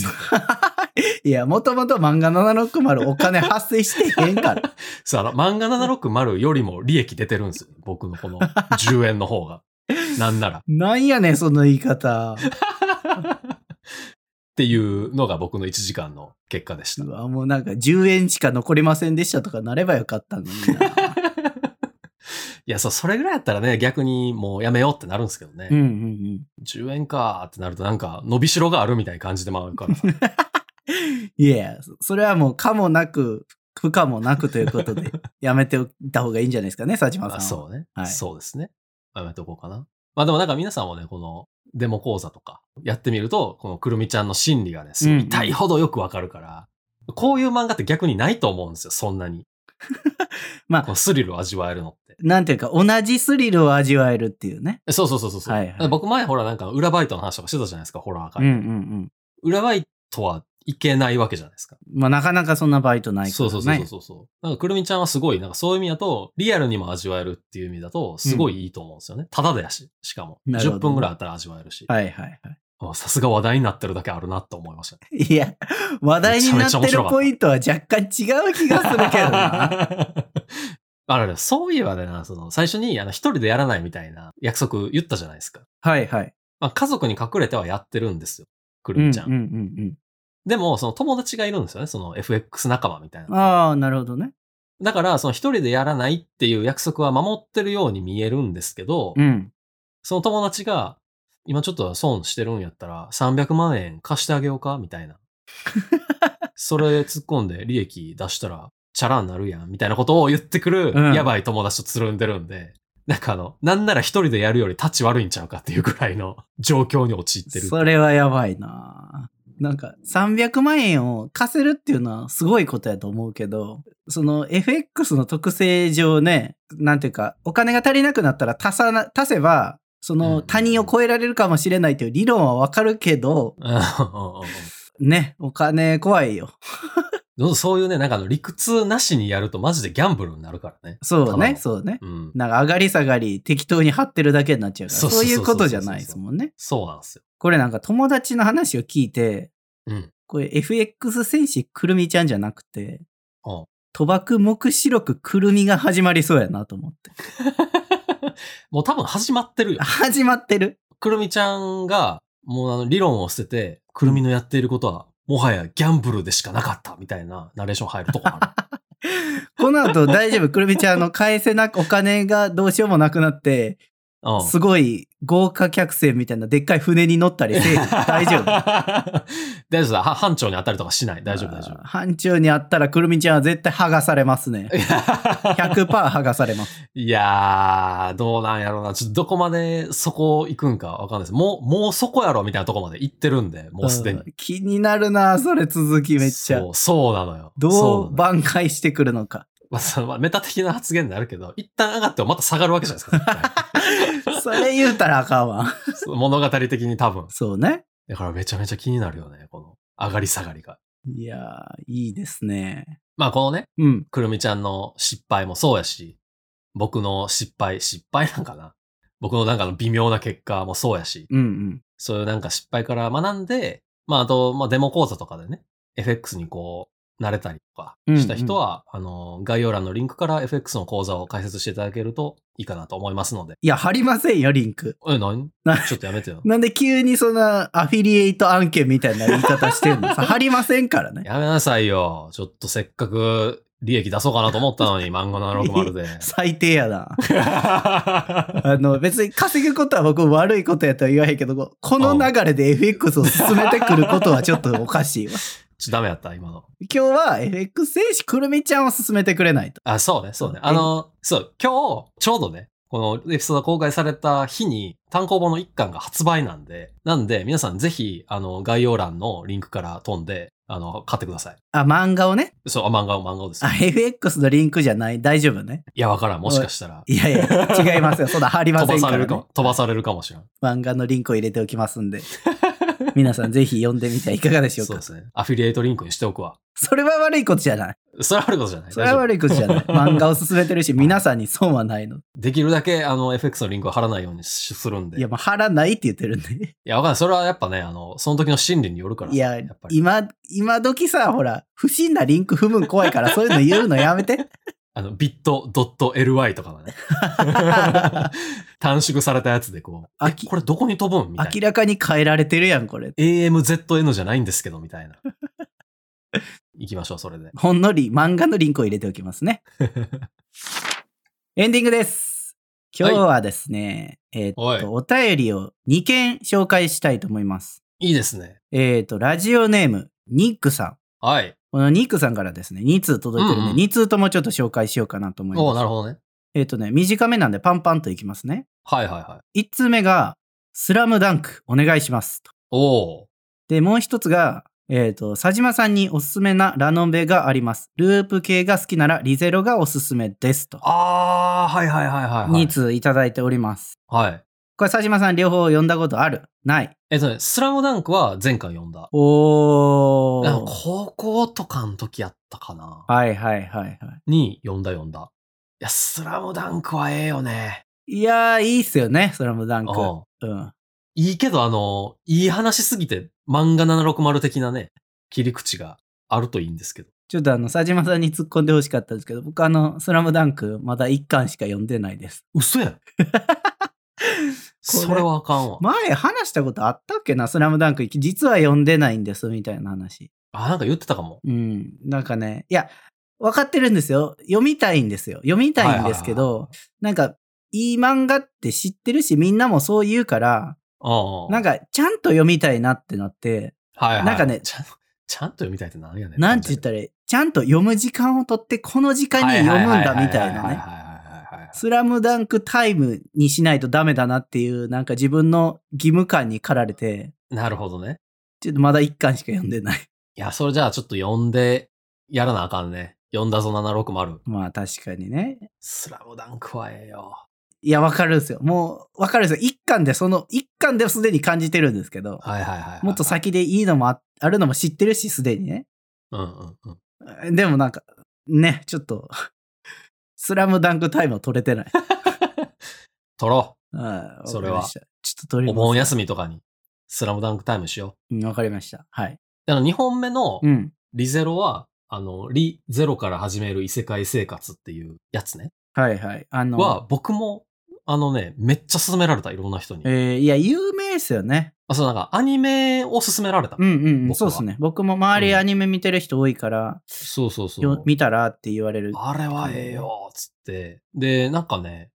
て
(laughs) いや、もともと漫画760お金発生してへんから。
そう、あの、漫画760よりも利益出てるんですよ。僕のこの10円の方が。なんなら。っ
なんやねん、その言い方。
ていうのが僕の1時間の結果でした
う。わ、もうなんか10円しか残りませんでしたとかなればよかったのにな。
いや、そう、それぐらいだったらね、逆にもうやめようってなるんですけどね。
(laughs) うんうんうん。
10円かーってなると、なんか伸びしろがあるみたいな感じでもある
(laughs)
からさ。
いやいや、そそれはもう可もなく、不可もなくというこ
(laughs)
とで、やめておいた方がいいんじゃないですかね、佐島さん
あ
は。
そうね、
はい
そうですね。やめとこうかな。まあでもなんか皆さんもね、このデモ講座とかやってみると、このくるみちゃんの心理がね、すご
うんう
い
ん
痛いほどよくわかるから、こういう漫画って逆にないと思うんですよ、そんなに。
(laughs) まあ
このスリルを味わえるのって。
なんていうか、同じスリルを味わえるっていうね。
えそうそうそうそうそう。
はいはい
だから僕前ほらなんか裏バイトの話とかしてたじゃないですか、ホラー
う
会。
んうんうん。
裏バイトはいけないわけじゃないですか。
まあ、なかなかそんなバイトないから、ね。
そうそうそうそうそう。なんかくるみちゃんはすごい、なんかそういう意味だと、リアルにも味わえるっていう意味だと、すごいいいと思うんですよね。ただでやし、しかも。
なるほど
10分ぐらいあったら味わえるし。
はいはいは
まあさすが話題になってるだけあるなって思いましたね。
(laughs) い。いや、話題になってるポイントは若干違う気がするけどな。
(laughs) あれね、そういえばね、その、最初に、あの、一人でやらないみたいな約束言ったじゃないですか。
はいはい。
まあ、家族に隠れてはやってるんですよ。く
う
る
んう
み
ん
ちゃん。
うんうん。
でも、その友達がいるんですよね。その FX 仲間みたいな。
ああ、なるほどね。
だから、その一人でやらないっていう約束は守ってるように見えるんですけど、
うん。
その友達が、今ちょっと損してるんやったら300万円貸してあげようかみたい
(laughs)
な。それ突っ込んで利益出したらチャラになるやんみたいなことを言ってくる
うん
やばい友達とつるんでるんで、なんかあの、なんなら一人でやるよりタッチ悪いんちゃうかっていうくらいの状況に陥ってる。
それはやばいな。なんか300万円を貸せるっていうのはすごいことやと思うけど、その FX の特性上ね、なんていうか、お金が足りなくなったら足さな、足せば、そ
うんうんう
の
ん
他人を超えられるかもしれないという理論はわかるけど、
(laughs) うんうんうんうん
ね、お金怖いよ。
どうぞそういうね、なんかあの理屈なしにやるとマジでギャンブルになるからね。
そう
卵
ね、そうね。
うん。
なんか上がり下がり適当に貼ってるだけになっちゃうから、
そうそう
そう
そう
い
そう
うことじゃないですもんね。
そうなんですよ。
これなんか友達の話を聞いて、
うん。 (laughs)
これ FX 戦士くるみちゃんじゃなくて
うん、
賭博目視録くるみが始まりそうやなと思って。
(laughs) もう多分始まってるよ。
始まってる。
くるみちゃんがもうあの理論を捨てて、くるみのやっていることは、もはやギャンブルでしかなかったみたいなナレーション入るとこある。
この後大丈夫。くるみちゃん、あの、返せなく、お金がどうしようもなくなって、 (laughs)
うん。
すごい豪華客船みたいなでっかい船に乗ったり
(laughs)
せえへん大丈夫。
大丈夫だ。は班長に当たるとかしない。大丈夫、大丈
あー班長に会ったらくるみちゃんは絶対剥がされま
(laughs)
すね。
夫。
100%剥がされます。
(laughs) いやー、どうなんやろうな。ちょっとどこまでそこ行くんかわかんないです。もう、もうそこやろみたいなとこまで行ってるんで、もうすでに
う。ん気になるな、それ続きめっちゃ
そ。う、そうなのよ。そ
ど
なの
う挽回してくるのか。
まあそのまあ、メタ的な発言になるけど、一旦上がってもまた下がるわけじゃないですか。
(laughs) それ言うたらあかんわ。
その物語的に多分。
そうね。
だからめちゃめちゃ気になるよね、この上がり下がりが。
いやー、いいですね。
まあこのね、
うん。
くるみちゃんの失敗もそうやし、僕の失敗、失敗なんかな。僕のなんかの微妙な結果もそうやし、
うんうん。
そういうなんか失敗から学んで、まああと、まあデモ講座とかでね、FX にこう、慣れたりとかした人は、あの、概要欄のリンクから FX の講座を解説していただけるといいかなと思いますので。
いや、貼りませんよ、リンク。
え、何
な
ちょっとやめ (laughs) てよ。
なんで急にそんなアフィリエイト案件みたいな言い方してんの (laughs) さ貼りませんからね。
やめなさいよ。ちょっとせっかく利益出そうかなと思ったの (laughs) に、漫画の760で。
最低やな。あの、別に稼ぐことは僕悪いことやとは言わへんけど、ここの流れで FX を進めてくることはちょっとお
(laughs)
かしいわ。
ちょ、ダメやった、今の。
今日は FX 選手くるみちゃんを進めてくれないと。
あ、そうね、そうね。あの、そう、今日、ちょうどね、このエピソード公開された日に単行本の一巻が発売なんで、なんで皆さんぜひ、あの、概要欄のリンクから飛んで、あの、買ってください。
あ、漫画をね。
そう、あ漫画を漫画をですよ。
あ、FX のリンクじゃない。大丈夫ね。
いや、わからん。もしかしたら、
いやいや、違いますよ。そんな貼りま
(laughs) 飛
せ
ば
ん
さ
か
れる
ら、ね。
かも、飛ばされるかもしれん。
漫画のリンクを入れておきますんで。 (laughs) 皆さんぜひ読んでみてはいかがでしょう
そう
か
で。すね。アフィリエイトリンクにしておくわ。
それは悪いことじゃない。
それはあることじゃない。
それは悪いこ
(laughs)
とじゃない。漫画を進めてるし、皆さんに損はないの。
できるだけ、あの、FX のリンクを貼らないようにしするんで。
い
い
や、
や、
もう貼らないって言ってる
(laughs)
んで。
わかんない。それはやっぱね、あの、その時の心理によるから。
いや
やっぱ、り。
今、今時さ、ほら、不審なリンク踏むん怖いから、そういうの言うのや
(laughs)
めて。
あの、bit.ly とか
(laughs)
のね。短縮されたやつでこう、
あ
え
き
これどこに飛ぶんみたい
明
な。
らかに変えられてるやん、これ。
AMZN じゃないんですけど、みたいな。行きましょう、それで。
ほんのり漫画のリンクを入れておきますね。
(laughs)
エンディングです。今日はですね、えーっと、お便りを2件紹介したいと思います。
いいですね。
えーっと、ラジオネーム、ニックさん。
はい。
このニックさんからですね、2通届いてるん
うん
で、
うん
2通ともちょっと紹介しようかなと思います。
おおなるほどね。
えっ、とね、短めなんでパンパンといきますね。
はいはいはい。
1通目が、スラムダンクお願いしますと。
おお
で、もう一つが、えっ、と、佐島さんにおすすめなラノベがあります。ループ系が好きならリゼロがおすすめですと。
あー、はいはいはいはい、はい。
2通いただいております。
はい。
これ佐島さん両方読んだことあるない
えっとね、スラムダンクは前回読んだ。
お
なん
ー
か。高校とかの時やったかな。
はいはいはいはい。
に読んだ読んだ。いや、スラムダンクはええよね。
いやー、いいっすよね、スラムダンク。
うん。
うん。
いいけど、あの、いい話すぎて、漫画760的なね、切り口があるといいんですけど。
ちょっとあの、佐島さんに突っ込んでほしかったんですけど、僕あの、スラムダンクまだ1巻しか読んでないです。
嘘
(laughs)
やん。それはあかんわ。
前話したことあったっけな、スラムダンク、実は読んでないんです、みたいな話。
あ、なんか言ってたかも。
うん。なんかね、いや、分かってるんですよ。読みたいんですよ。読みたいんですけど、なんか、いい漫画って知ってるし、みんなもそう言うから、
ああ。
なんか、ちゃんと読みたいなってなって、
はいはい、
なんかね
ちゃん、ちゃんと読みたいって何やね
なんて言ったらいい、ちゃんと読む時間をとって、この時間に読むんだ、みたいな
はいはいはいはいはいは
ね。
いはいはい。
スラムダンクタイムにしないとダメだなっていう、なんか自分の義務感に駆られて、
なるほどね。
ちょっとまだ一巻しか読んでない。 (laughs)
いや、それじゃあちょっと読んで、やらなあかんね。読んだぞ760。
まあ確かにね。
スラムダンクはええよ。
いや、わかるんですよ。もう、わかるんですよ。一巻で、その、一巻ですでに感じてるんですけど、
はいはいはいはい。
もっと。先でいいのもああるのも知ってるし、すでにね。
うんうんうん。 (laughs)
でもなんか、ね、ちょっと、スラムダンクタイムは取れてない。
取ろ
はい
それは
わかりましたちょっと取
う。
り
お
ます。
盆休みとかに、スラムダンクタイムしよ
うんわかりました。はい。
う。あの、2本目の
うん。
リゼロは、あの、リゼロから始める異世界生活っていうやつね。
はいはい。あの、
は、僕も、あのね、めっちゃ勧められた、いろんな人に。
えーいや、有名ですよね。
あそう、なんか、アニメを勧められた。
うんうんうん。
僕
そう
は
ですね。僕も周り
うん
アニメ見てる人多いから、
そうそうそ
よ
う。
見たらって言われる。
あれはええよ、つって。で、なんかね、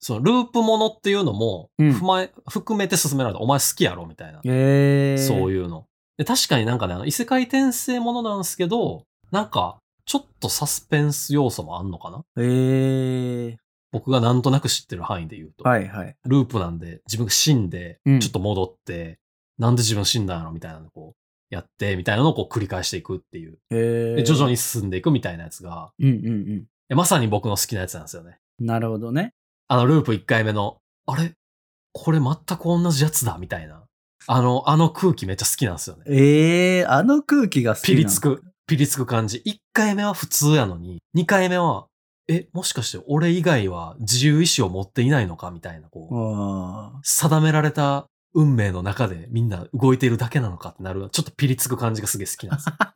そのループものっていうのも、
うん
踏まえ、含めて勧められた。お前好きやろみたいな。
へえ。
そう
う。
いうの。で確かになんかね、あの異世界転生ものなんですけど、なんか、ちょっとサスペンス要素もあんのかな
へえ。
僕がなんとなく知ってる範囲で言うと。
はいはい。
ループなんで、自分が死んで、
うん
ちょっと戻って、なんで自分死んだんやろみたいなのをこう、やって、みたいなのをこう繰り返していくっていう。
へえ。
で徐々に進んでいくみたいなやつが、
うんうんうん。
いやまさに僕の好きなやつなんですよね。
なるほどね。
あの、ループ1回目の、あれこれ全く同じやつだみたいな。あの、あの空気めっちゃ好きなんですよね。
ええあの空気が好きな
ピ
の
リつ。く、ピリつく感じ。1回目は普通やのに、2回目は、え、もしかして俺以外は自由意志を持っていないのかみたいな、こう、
あ
定められた運命の中でみんな動いているだけなのかってなる、ちょっとピリつく感じがすげえ好きなん
(laughs)
ですよ。
あ。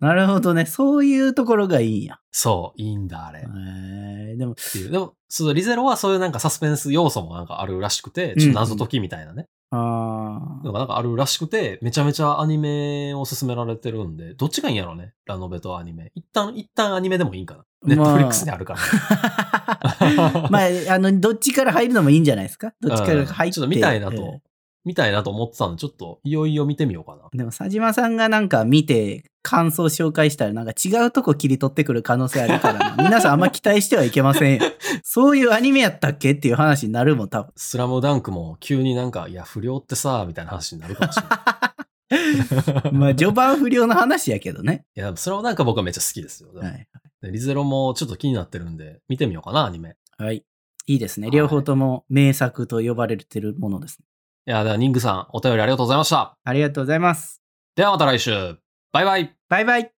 なるほどね。そういうところがいいんや。
そう、いいんだ、あれ。っ
へえ。でも、
ていう。でも、そう、リゼロはそういうなんかサスペンス要素もなんかあるらしくて、ちょっと謎解きみたいなね。
あ
(laughs) なんかなんかあるらしくて、めちゃめちゃアニメを勧められてるんで、どっちがいいんやろうね。ラノベとアニメ。一旦、一旦アニメでもいいんかな。ネッ
まあ
トフリックスにあるから。
あ。まあ、あの、どっちから入るのもいいんじゃないですかどっちから入っ
うんち
て。
ょっと見たいな
え
と、見たいなと思ってたんで、ちょっといよいよ見てみようかな。
え。でも、佐島さんがなんか見て、感想紹介したらなんか違うとこ切り取ってくる可能性あるからな、皆さんあんま期待してはいけ
(laughs)
ませんよ。そういうアニメやったっけっていう話になるもん、多分。
スラムダンクも急になんか、いや、不良ってさ、みたいな話になるかもしれない。
(laughs) まあ、
い
序盤不良の話やけどね。
や、でもスラムダンクは僕はめっちゃ好きですよ。でも
はい。
でリゼロもちょっと気になってるんで、見てみようかな、アニメ。
はい。いいですね。
はい
両方とも名作と呼ばれてるものですね。
いや、では、ニングさん、お便りありがとうございました。
ありがとうございます。
ではまた来週。バイバイ。
バイバイ。